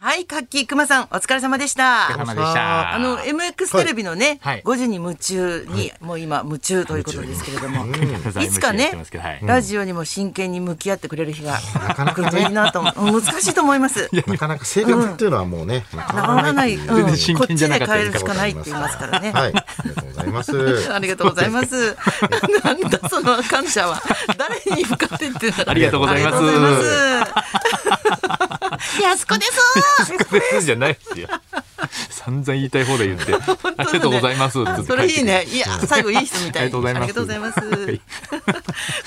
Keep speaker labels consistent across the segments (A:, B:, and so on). A: はい、カッキーくまさん、お疲れ様でした。
B: お疲れ様で
C: お疲れ
B: し
C: 様
B: た。
A: あの、MX テレビのね、
B: はい
A: 5時に夢中に、もう今、夢中ということですけれども、
B: うん
A: いつかね、
B: はい
A: ラジオにも真剣に向き合ってくれる日が
C: かな
A: 来る
C: かね
A: といいなと思う。うん難しいと思います。
C: なかなか性格っていうのはもうね、なか
A: ならない、うん、
B: 全
A: こっ
B: 然
A: ち
B: 真
A: で
B: 剣じゃなかった
A: 変え
B: です
A: るしかないって言いますからね。
C: はい、ありがとうございます。
A: ありがとうございます。なんだその感謝は誰に向かってって
B: ありがとうございます
A: ありがとうございます。安子です。
B: ですじゃないですよ。 散々言いたい方で言って、ありがとうございます。ずっと書て
A: それいいね。いや最後いい人みたい。
B: ありがとうございます
A: ありがとうございます。
B: い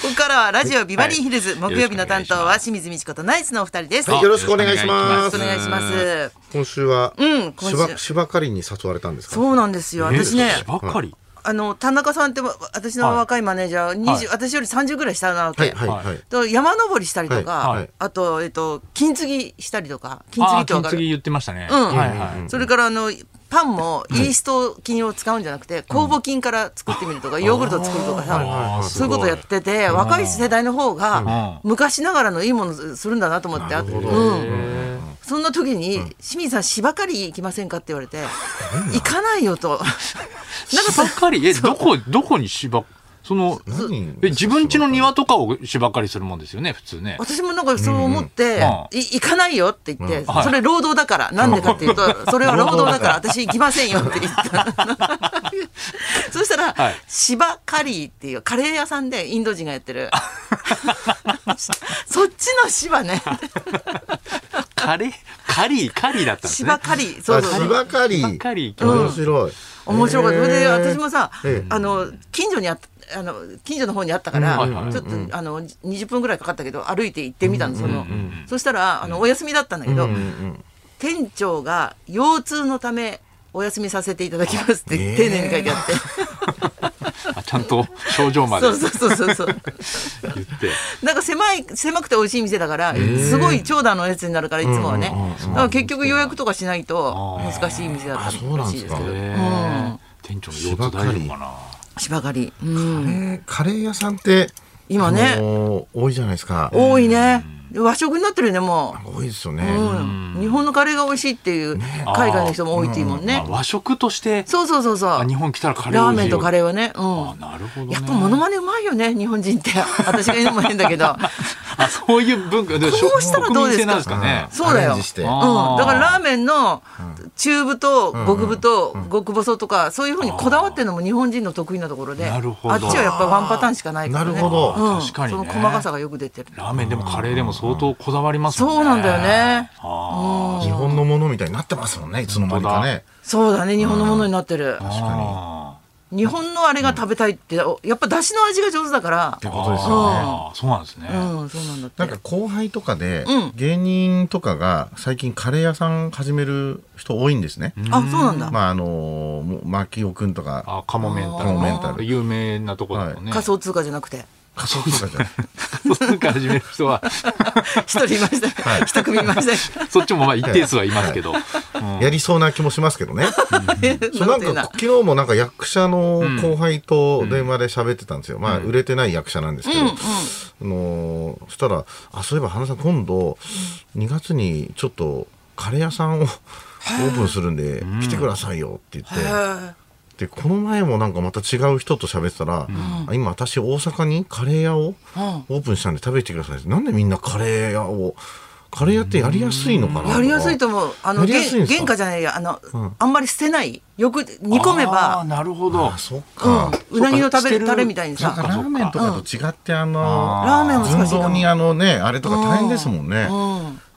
A: ここからはラジオビバリーヒルズ、
B: はい
A: 木曜日の担当は清水美智子とナイツのお二人です。
C: はい
A: よ
C: よろしくお願いしま
A: ろし
C: す
A: くお願いしま。す。
C: 今週は、
A: うん今週
C: 芝芝刈りに誘われたんですか。
A: そうなんですよ。私ね。
B: ばかり。
A: あの田中さんってわ私の若いマネージャー、20
B: はい
A: 私より30ぐらい下なわけ、
C: はい、はい、はい。
A: と山登りしたりとか、
C: はいはい
A: あと、えっと、金継ぎしたりとか金継
B: あ
A: ぎ
B: ー、
A: と
B: 金
A: か
B: 継ぎ言ってましたね。
A: うん
B: はいはい。
A: それからあのパンもイースト菌を使うんじゃなくて酵母菌から作ってみるとか、ヨーグルト作るとか
B: あ
A: さ
B: ー
A: そういうことやってて若い世代の方が
B: う
A: 昔ながらのいいものするんだなと思って、あうん、そんな時に「清水さん芝刈り行きませんか?」って言われて「行かないよ」となんか
B: 芝刈り、え、どこ、 どこに芝、その、
C: 何
B: え、自分家の庭とかを芝刈りするもんですよね、普通ね。
A: 私もなんかそう思って、
B: う
A: い行かないよって言って、
B: はい
A: それ労働だから、なんでかっていうと、 それは労働だから私行きませんよって言った。そしたら、
B: はい
A: 芝カリーっていうカレー屋さんでインド人がやってる。 そっちの芝ね。
B: カレー、カリー、カリーだったんですね
A: 芝。カリー。そう
C: あ、
A: そう。
C: 芝刈り。
B: 芝刈り行きま
C: 面白い。
A: 面白かった。それで私もさ
C: ええ、
A: あの、近所にあった。あの近所の方にあったから、
B: うんはいはい
A: ちょっと、あの20分ぐらいかかったけど歩いて行ってみたのその、
B: うんうん
A: そしたらあのお休みだったんだけど、
C: うんうん
A: 店長が腰痛のためお休みさせていただきますって
C: えー
A: 丁寧に書いてあって、
B: あちゃんと症状 まで
A: そうそうそうそうそう
B: 言って。
A: なんか狭い狭くて美味しい店だからすごい長蛇の列になるからいつもはね、だから結局予約とかしないと難しい店だった
C: あそう
A: ら
C: なん
A: し
C: で
A: いで
C: すか
A: すけど
B: へー店長の腰痛大丈夫かな
A: 芝刈り、うん、
C: えーカレー屋さんって。
A: 今ね
C: あのー多いじゃないですか。
A: 多いね和食になってるよねも
C: 多いですよ
A: う、
C: ね。
A: うん、日本のカレーが美味しいっていう海外の人も多いっていうもんね
B: まあ和食として、
A: そうそうそうそう
B: あ日本来たらカレー
A: ラー
B: 美味
A: メ
B: し
A: ン
B: いよ
A: とカレーはね、う
B: あ
A: ん、
B: なるほど、ね。
A: やっぱモノマネうまいよね日本人って私が言うのも変だけど
B: あ、そういう文 化で、
A: こうしたらどうですか
B: 国民性なんですかね。
A: そうだよ
C: アレンジして。
B: あ
A: うん、だからラー
B: あ
A: メンの中太極太極細とかそういうふうにこだわってるのも日本人の得意なところであ
B: な
A: っち
B: るほど
A: はやっぱワンパターンしかないからね
C: なるほど
A: うん
B: 確かにね
A: その細かさがよく出てる
B: ラーメンでもカレーでも相当こだわりますも
A: そ
B: んね。
A: うなんだよね
B: あ
C: 日本のものみたいになってますもんね。いつの間にかね。
A: そうだね日本のものになってる
B: ーあ
A: 日本のあれが食べたいってやっぱだしの味が上手だから
C: ってことですよね。
B: あーそうなんですね。
A: うんそうなんだって
C: なんか後輩とかで
A: うん
C: 芸人とかが最近カレー屋さん始める人多いんですね。
A: あそうなんだ
C: まああのー、マキオくんとか
B: あ、カモメンタル。
C: カモメンタル
B: 有名なとこだもんね。
A: 仮想通貨じゃなくて
C: 仮想通貨じゃない。
B: そうか始める人は、
A: 一人いました一組いました
B: そっちもまあ一定数はいますけど。
C: やりそうな気もしますけどね。 そう
A: な
C: なんん
A: ていうな
C: か昨日もなんか役者の後輩と電話で喋ってたんですよ。まあ売れてない役者なんですけど。あのーそしたら、あ、そういえば花さん今度2月にちょっとカレー屋さんをオープンするんで来てくださいよって言って。
A: へ
C: でこの前もなんかまた違う人と喋ってたら、あ今私大阪にカレー屋をオープンしたんで食べてくださいってなんでみんなカレー屋をカレー屋ってやりやすいのかな
A: えやりやすいと
C: う
A: 思うあの
C: やりやすい
A: 原
C: んですか
A: 原価じゃないやあのあんまり捨てないよく煮込め
B: あー
A: ば
B: なるほど
C: あ。そっ
A: うん
C: か、
A: うなぎの食べ
B: 捨て
A: る
B: る
A: タレみたいに
C: なんか
A: さ
C: ラーメンとかと違ってあ
B: あ
C: の
A: ラーメンは難
C: 寸
A: しい
C: 胴
A: かも
C: にあのねあれとか大変ですもんね、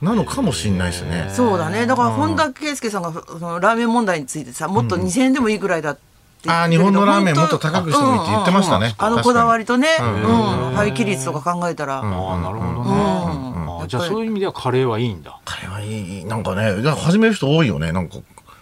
C: なのかもしんないですね、
A: そうだねだから本田圭佑さんがそのラーメン問題についてさもっと2000円でもいいぐらいだって言ってた
C: ああ
A: け
C: 日
A: ど
C: 本のラーメンもっと高くしてもいいって言ってましたね、
A: あのこだわりとね、うん
C: ん
A: 廃棄率とか考えたら、
B: ああ、なるほどね。
A: うん
B: あーじゃあそういう意味ではカレーはいいんだ。
C: 確かにカレーはいいなんかねいや始める人多いよねなんか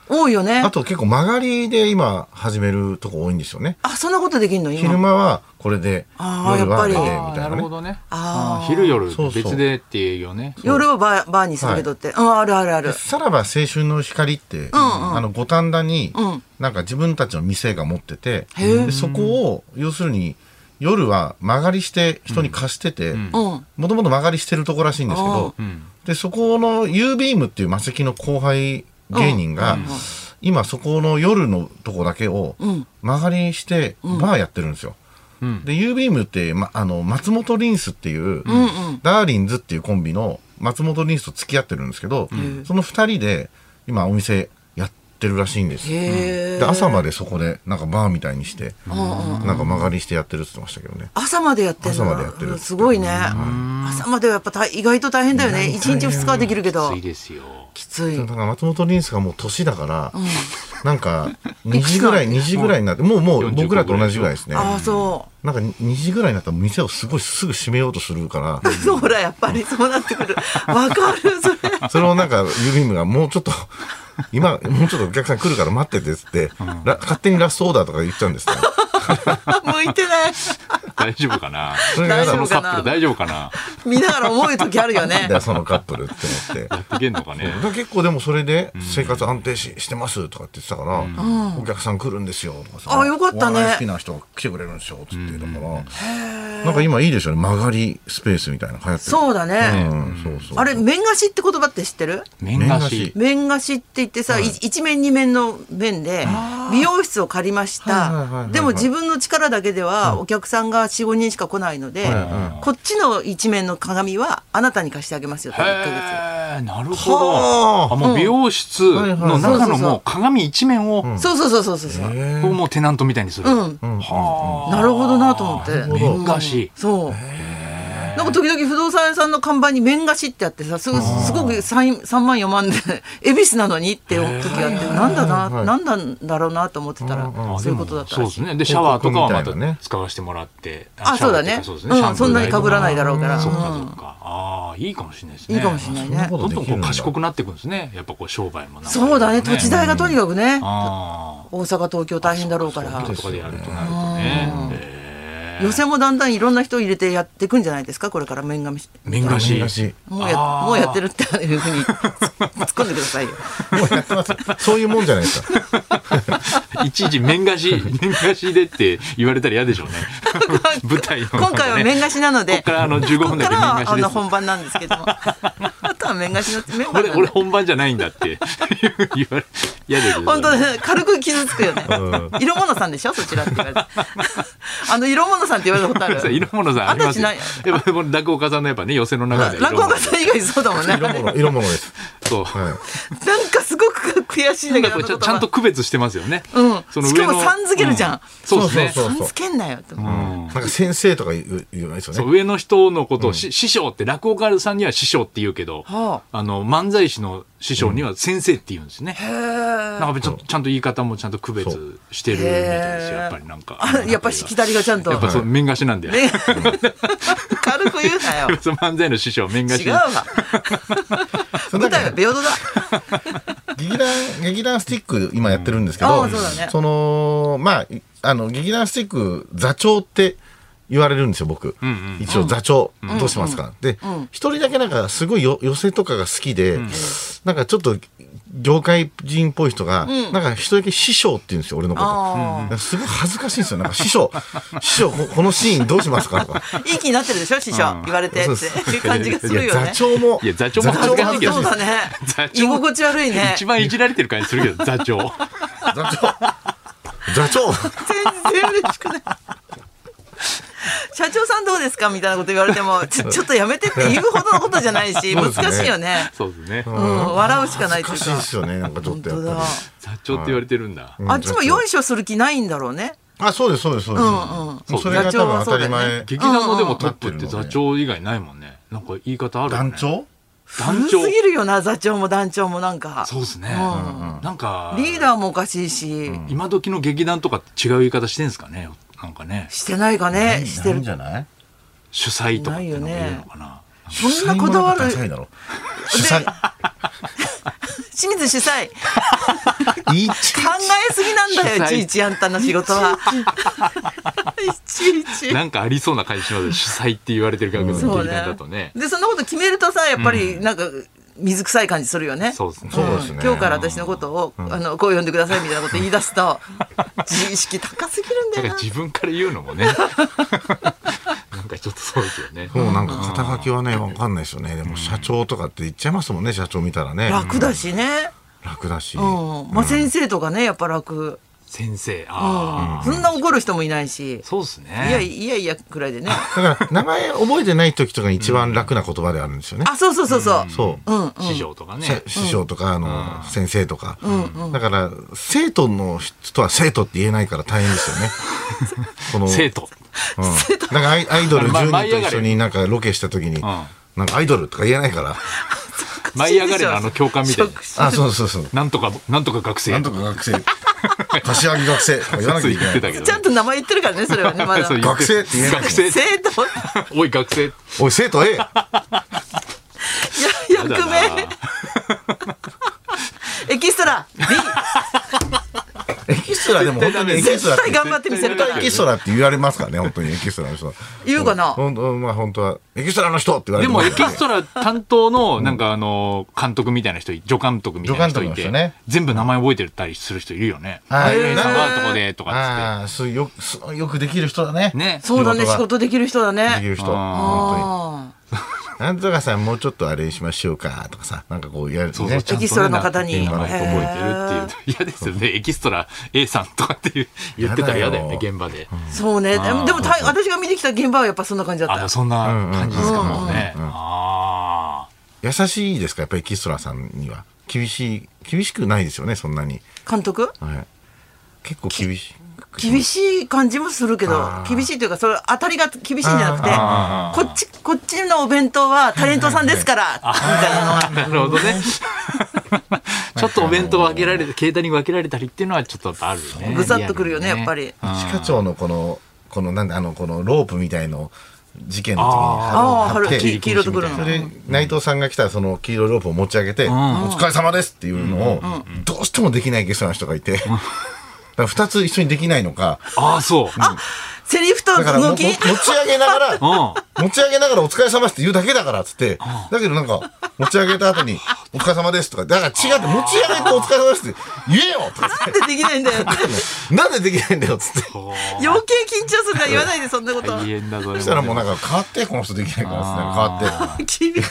A: 多いよね
C: あと結構曲がりで今始めるとこ多いんですよね
A: あそんなことできるの
C: 昼
A: 今
C: 間はこれで
A: あー
C: 夜はあれでみ
A: や
B: あー
C: たいな
B: る
C: ね
B: ほどね。
A: あー
B: あー昼夜
C: そうそう
B: 別でっていうよね。
A: 夜はバーバーにするけどって、うんあるあるある
C: さらば青春の光って、あの五反田に、
A: うん
C: なんか自分たちの店が持ってて、
A: へえ
C: でそこを要するに夜は間借りして人に貸してて
B: ん
A: うん
C: もともと間借りしてるとこらしいんですけど
B: うん
C: でそこの u ビームっていうマセキの後輩芸人が今そこの夜のとこだけを
A: うん
C: 間借りしてバーやってるんですよ。
B: うん
C: で u ビームって、ま、あの松本リンスっていう、
A: うんうん
C: ダーリンズっていうコンビの松本リンスと付き合ってるんですけど、
A: ん
C: その2人で今お店やってるらしいんですよ
A: へえ
C: で朝までそこでなんかバーみたいにして、
A: うんうん
C: なんか間借りしてやってるって言ってましたけどね。
A: 朝までやってる
C: 朝までやってる
A: すごいね朝まではやっぱ大意外と大変だよね
C: 意
A: 一
C: 外と大変
A: 日二日はできるけど
B: ついですよ
A: きつい
C: なんか松本リンスがもう年だから、なん か2時ぐらい2時ぐらいになってもうもう僕らと同じぐらいですね
A: ああそ
C: なんか2時ぐらいになったら店をすごいすぐ閉めようとするから
A: うそうだやっぱりそうなってくるわかるそれ
C: それをなんか郵便部がもうちょっと 今もうちょっとお客さん来るから待っててっつって、ら勝手にラストオーダーとか言っちゃうんですね
A: 向いてない
B: 大丈夫かな
C: それがやだ
A: 大丈
B: そ
A: 夫か
B: のカ
A: な
B: ップル大丈夫かな
A: 見ながら思う時あるよね
C: だよそのカップルって思って。
B: やっていけんのかね
C: だから結構でもそれで生活安定し,、てますとかって言ってたから、お客さん来るんですよとかさ
A: あよかったね
C: お笑い好きな人が来てくれるんですよっつってだからなんか今いいですよね曲がりスペースみたいなの流行ってる
A: そうだね、
C: うん、そうそう
A: あれ麺菓子って言葉って知ってる
B: 面
C: 面
B: な
C: な
B: し
C: し
A: 面貸しって言ってさ、い一面二面の面で美容室を借りまし
C: はいはいはいはい
A: た
C: はい
A: でも自分の力だけではお客さんが45人しか来ないので、
C: は
A: こっちの一面の鏡はあなたに貸してあげますよと
B: へ
A: 1ヶ
B: えなるほど
C: はあ
B: あもう美容室の中のもう鏡一面を
A: 月そうそうそうそうそうそう
C: へ
B: こうもうテナントみたいにする
A: うん
B: はあ
A: なるほどなと思って
B: 面菓子
A: そうなんか時々不動産屋さんの看板に面貸しってあってさすぐすごく 3, 三万4万で 恵比寿なのにって時あってなんだな、
C: はいはい
A: なんなんだろうなと思ってたら
B: あ
A: そういうことだった
B: で
A: ら
B: も
A: しい
B: そうですねでシャワーとかはま
C: 広告みたい
B: た
C: なね
B: 使わせてもらって
A: あ
B: シャ
A: そう
B: ワ
A: だ
B: ーってい
A: ね
B: かそうで
A: う
B: す
A: ん
B: シャンプー
A: そんなに被らないだろうから
B: そう
A: う
B: か
A: ん
B: そうかああいいかもしれないですね
A: いいかもしれない
C: そんな
A: ね
C: こ。
B: どん
C: とでき
B: ど
C: る
B: ん
C: ん
B: こ
C: だ
B: う賢くなっていくんですねやっぱこう商売もなんか
A: そうだね土地代がとにかくね
B: ああ
A: 大阪東京大変だろうから
B: そういうとこでやるとなるとねへえ
A: 寄せもだんだんいろんな人入れてやっていくんじゃないですかこれから面紙
B: 面菓子
C: 面菓子
A: もうや
B: あー
A: もうやってるっていうふう に突っ込んでくださいよ。
C: もうやってますそういうもんじゃないですか
B: いちいち面 菓子、面菓子でって言われたら嫌でしょうね。 舞台の、
A: 今回は面
B: 子。
A: 菓子なの
B: こ
A: で、
B: こからあの15
A: ここ
B: 分だ
A: か
B: け面
A: らは
B: 菓子
A: あ
B: で
A: の
B: す。
A: 本番なんですけども、 あとは面菓子の面
B: 俺、
A: 菓
B: 俺
A: 子。
B: 本番じゃないんだって言われ、嫌でしょうね。
A: 本当ね、軽く傷つくよね。色物さんでしょそちらって言われて。 あの色物さんって言われたことあ
B: さあ
A: る。
B: 色物さんありますよ。
A: あんたし
B: やっぱり落語家さんのやっぱね、寄せの中で。
A: 落語家さん以外そうだもんね。
C: 色物色物です
B: そう。
C: はい
A: なんかすごく悔しいんだけ
B: なん
A: ど
B: か
A: あ
B: こ
A: の言
B: うちゃ
A: 葉
B: ちゃんと区別してますよね。
A: うん
B: その
A: し
B: 上
A: か
B: の
A: もさん付けるじゃん
B: うそうですね。
C: そうそう
A: さんつけんなよって、
B: うん
C: なんか先生とか言う言わないです
B: そ
C: よ
B: う
C: ね
B: 上の人のことをし、師匠って落語家さんには師匠って言うけど、
A: は
B: あの漫才師の師匠には先生って言うんですね。なんかちょっとちゃんと言い方もちゃんと区別してるみたいです
A: へ
B: よ。
A: ー
B: やっぱりなんか
A: あ。やっぱしきたりがちゃんと
B: やっぱそう
C: は
B: 面貸しなんだよ。
A: ね 軽く言うなよ
B: その漫才の師匠面貸し。
A: 違うわ
C: それ
A: 舞台
C: だか
A: は
C: ら
A: 平等だ
C: 劇団劇団スティック今やってるんですけ
A: あ
C: ど
A: ーそうだね
C: のまあいあの劇団スティック座長って言われるんですよ僕、
B: ん
C: 一応座長、どうしますか、で一、人だけなんかすごいよ寄せとかが好きで、なんかちょっと業界人っぽい人が、なんか一人だけ師匠って言うんですよ俺のこと
A: あ、
C: なんかすごい恥ずかしいんですよなんか師 匠師匠ここのシーンどうしますかとか
A: いい気になってるでしょ師匠、言われて
C: そうそう
A: っていう感じがするよ
C: 座
A: ね
C: 長も
B: いや座長も恥ずかしいけど
A: そうだね
B: 座 長
A: 居心地悪いね
B: 一番いじられてる感じするけど座長。
C: 座長座長
A: 全然嬉しくない社長さんどうですかみたいなこと言われてもちょちょっとやめてって言うほどのことじゃないし
C: そう
A: 難
C: ですね
A: しいよね
B: そうですね。
A: うん、笑うしかないってい
C: 難
A: う
C: しい
A: か
C: ですよねなんかちょっ
A: 本
C: とやっ
A: 当
C: ぱり
A: だ
B: 座長って言われてるんだ。
A: あっちもよいしょする気ないんだろうね
C: あそうですそうですそうです、
A: うんうん
C: もうそれが多分当たり前、
B: 劇団のでもトップっ
C: うん
B: て
C: うん
B: 座長以外ないもんね。なんか言い方あるよね。
C: 団長
B: 団
A: 古
B: 長
A: すぎるよな座長も団長もなんか
B: そうですね。
A: ん
B: なんか
A: リーダーもおかしいし、
B: 今時の劇団とかって違う言い方してんですかね。なんかね
A: してないかねして
C: な
A: る
C: んじゃない
B: 主催とかっていうのがいるのかな。
A: そんなこだわる
C: 主催もなんかダサい だろ主催
A: 清水主催
C: いい
A: 考えすぎなんだよい
B: 主催
A: ちいちあんたの仕事はいちいち
B: なんかありそうな感じしますよ主催って言われてる学の劇団だとね。
A: でそんなこと決めるとさやっぱりなんか、水臭い感じするよね。
B: そうですね
C: そうですね
A: 今日から私のことを、あのこう呼んでくださいみたいなこと言い出すと自意識高すぎるんだ
B: だ
A: よ
B: から
A: な。
B: 自分から言うのもね なんかちょっとそうですよね
C: もうなんか肩書きはね、わかんないですよね。でも社長とかって言っちゃいますもんね、社長見たらね。
A: 楽だしね。
C: 楽だし。
A: うん。まあ先生とかねやっぱ楽。
B: 先生
A: う
B: ああ、
A: ん。そんな怒る人もいないし。
B: そうですね
A: いやいやいやくらいでね。
C: だから、名前覚えてない時とかに一番楽な言葉であるんですよね。
A: あそうそうそうそう。
C: そう。
A: うんうん。
B: 師匠とかね
C: せ師匠とか、あの、先生とか。だから、生徒の人は生徒って言えないから大変ですよね。 この、
B: 生徒
C: うんなんかアイアイドル
B: まあまあ
C: 10人と一緒になんかロケした時に、なんかアイドルとか言えないから、
B: 舞い上がれのあの教官みたいな
A: 職種
C: あ、そうそうそう。
B: なんとかなんとか学生
C: なんとか学 生、柏木学生とか言わなきゃいけ
B: 言っ
C: ない
B: て。たけど
A: ちゃんと名前言ってるからねそれはねまだ。
B: そう
A: 生
B: 言
C: 学生って言えない
B: 学生
A: 徒
B: おい学生
C: おい、生徒 A!
A: や役名エキストラ B
C: エキストラでも本当にエキストラっ
A: 絶
C: て
A: 対頑張ってみせるから
C: エキストラって言われますからね、本当にエキストラの人。
A: 言うかな
C: 本当、まあ本当は、エキストラの人って言われ
B: で
C: て
B: も
C: ます
B: エ
C: か
B: キ
C: ら
B: ストラ担当のなんかあの監督みたいな人助監督みたいな人い
C: 助監
B: て
C: 督の人ね
B: 全部名前覚えてたりする人いるよね。あ
C: あー
B: ゆえさん
C: いるね
B: はとこでとかっ
C: ああ、そうよく、すごいよくできる人だね。
B: つって。ね。
A: そうだね
C: 仕事が
A: 仕事できる人だ
C: でき
A: ね
C: る人。本
A: あ
C: 当に。なんとかさん、もうちょっとあれしましょうか、とかさ、なんかこう言われて
B: そうそう
C: ね。
B: ちゃんとね
A: エキストラの方に
B: 名前覚えてるっていう。嫌ですよね。エキストラ A さんとかっていう言ってたら嫌だよね、
C: やだよ
B: 現場で。
A: ーそうねでもでもたい私が見てきた現場はやっぱそんな感じだ
B: あ、
A: っ
B: もう
A: た
B: そんな感じですか、
A: うん
B: もうね。あ
C: 優しいですか、やっぱりエキストラさんには。厳しい、厳しくないですよね、そんなに。
A: 監督
C: はい。結構厳しい。
A: 厳しい感じもするけど
C: あー
A: 厳しいというかそれ当たりが厳しいんじゃな
B: あ
A: くてこっちこっちのお弁当はタレントさんですからみたいなの
B: あ。
A: は
B: なるほどね。ちょっとお弁当を分けられて、ケータリング分けられたりっていうのはちょっとやっぱあるよね。
A: ぐさっとくるよね
B: リア
A: やっ
B: ルに
A: ぱ。り
C: 一課長のこの、この、なんだ、あの、このロープみたいの事件の時に
A: ああ
C: 貼る
A: 春
C: 貼って
A: 黄、色とくるの
C: それ内藤さんが来たらその黄色いロープを持ち上げて「お疲れ様です」っていうのをどうしてもできないゲストの人がいてだ から2つ一緒にできない のか
B: ああ、そう。
A: セリフと
C: だからも
A: 動
C: も持
A: き
C: ち上げな がら
B: うん。
C: 持ち上げながら「お疲れ様です」って言うだけだからっつってだけどなんか持ち上げた後に「お疲れ様です」とかだから違って持ち上げて「お疲れ様です」って言えよとか
A: なんでできないんだよ って
C: なんでできないんだよっつって
A: 余計緊張するから言わないでそんなこと
B: 大変だぞ。それ
C: そしたらもうなんか変わってこの人できないからっつって変わって。
A: 厳しい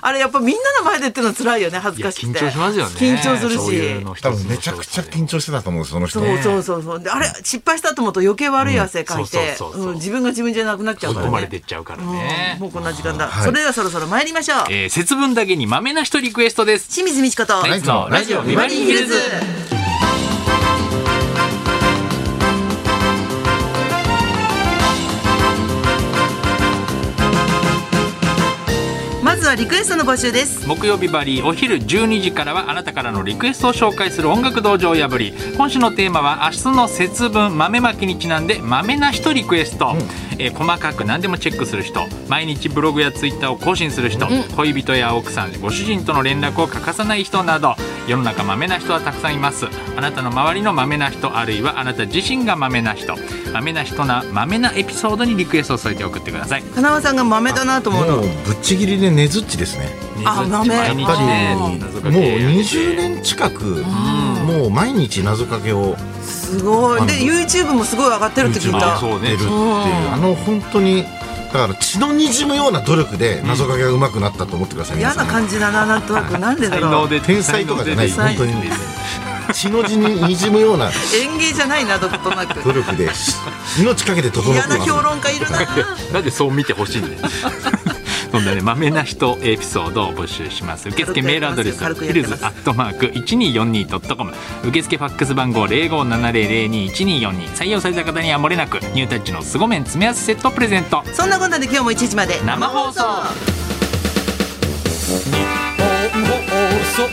A: あれやっぱみんなの前でっていうのは辛いよね恥ず
B: いや
A: かしく
B: 緊
A: て
B: 張しますよね。
A: 緊張するし
B: そういうの
C: 多
B: 一つ
C: 分
B: の
C: めちゃくちゃ
B: 一つの
C: 緊張してたと思うんですその人
A: そうそうそうそうであれ失敗したと思うと余計悪い汗かいて
B: そうそうそうそ
A: う
B: う
A: ん自分が自分じゃなくなっちゃう
B: 追い
A: から
B: 込まれ
A: ね
B: てっちゃうから
A: う
B: ね
A: んも。うこんな時間だ
C: はい
A: それではそろそろ参りましょう
B: えー節分だけにまめな人リクエストです。
A: 清水美智子と
B: ナイツのラジオビバリーヒルズ。
A: まずはリクエストの募集です
B: 木曜日バリーお昼12時からはあなたからのリクエストを紹介する音楽道場破り今週のテーマは明日の節分豆まきにちなんで豆な人リクエスト、えー細かく何でもチェックする人毎日ブログやツイッターを更新する人、恋人や奥さんご主人との連絡を欠かさない人など世の中豆な人はたくさんいますあなたの周りの豆な人あるいはあなた自身が豆な人豆な人な豆なエピソードにリクエストを添えて送ってください
A: 金輪さんが豆だなと思う
C: も
A: の
C: うぶっちぎりで根づっちですね
A: あ豆
B: 毎
C: や
B: 日
C: っぱり
B: ね
C: もう
B: 謎かけやってて
C: 20年近くもう毎日謎かけを
A: すごいで YouTube もすごい上がってるって聞い
C: YouTube
A: た
B: あそう
C: 出
B: ね
C: るっていうあの本当にだから血のにじむような努力で謎かけがうまくなったと思ってください皆
A: 嫌
C: さ
A: なん感じだななんとなくなんでだ
B: 才
A: ろ
B: 能
A: う
B: で
C: 天才とかじゃない
A: 才
C: 本
A: 能
C: 当
A: で
C: に血の字ににじむような
A: 園芸じゃないなどことなく
C: 努力でし命かけて整ってま
A: 嫌
C: す
A: な評論家いるな
B: なんでそう見てほしいん だよそんなねまめな人エピソードを募集します受付メールアドレス
A: 軽くや
B: ヒ
A: って
B: ル
A: ます
B: ズ
A: よ
B: アットマーク 1242.com 受付ファックス番号0570021242採用された方にはもれなくニュータッチの凄麺詰め合わせセットをプレゼント
A: そんなこんなで今日も1時まで
B: 生放送
D: 放送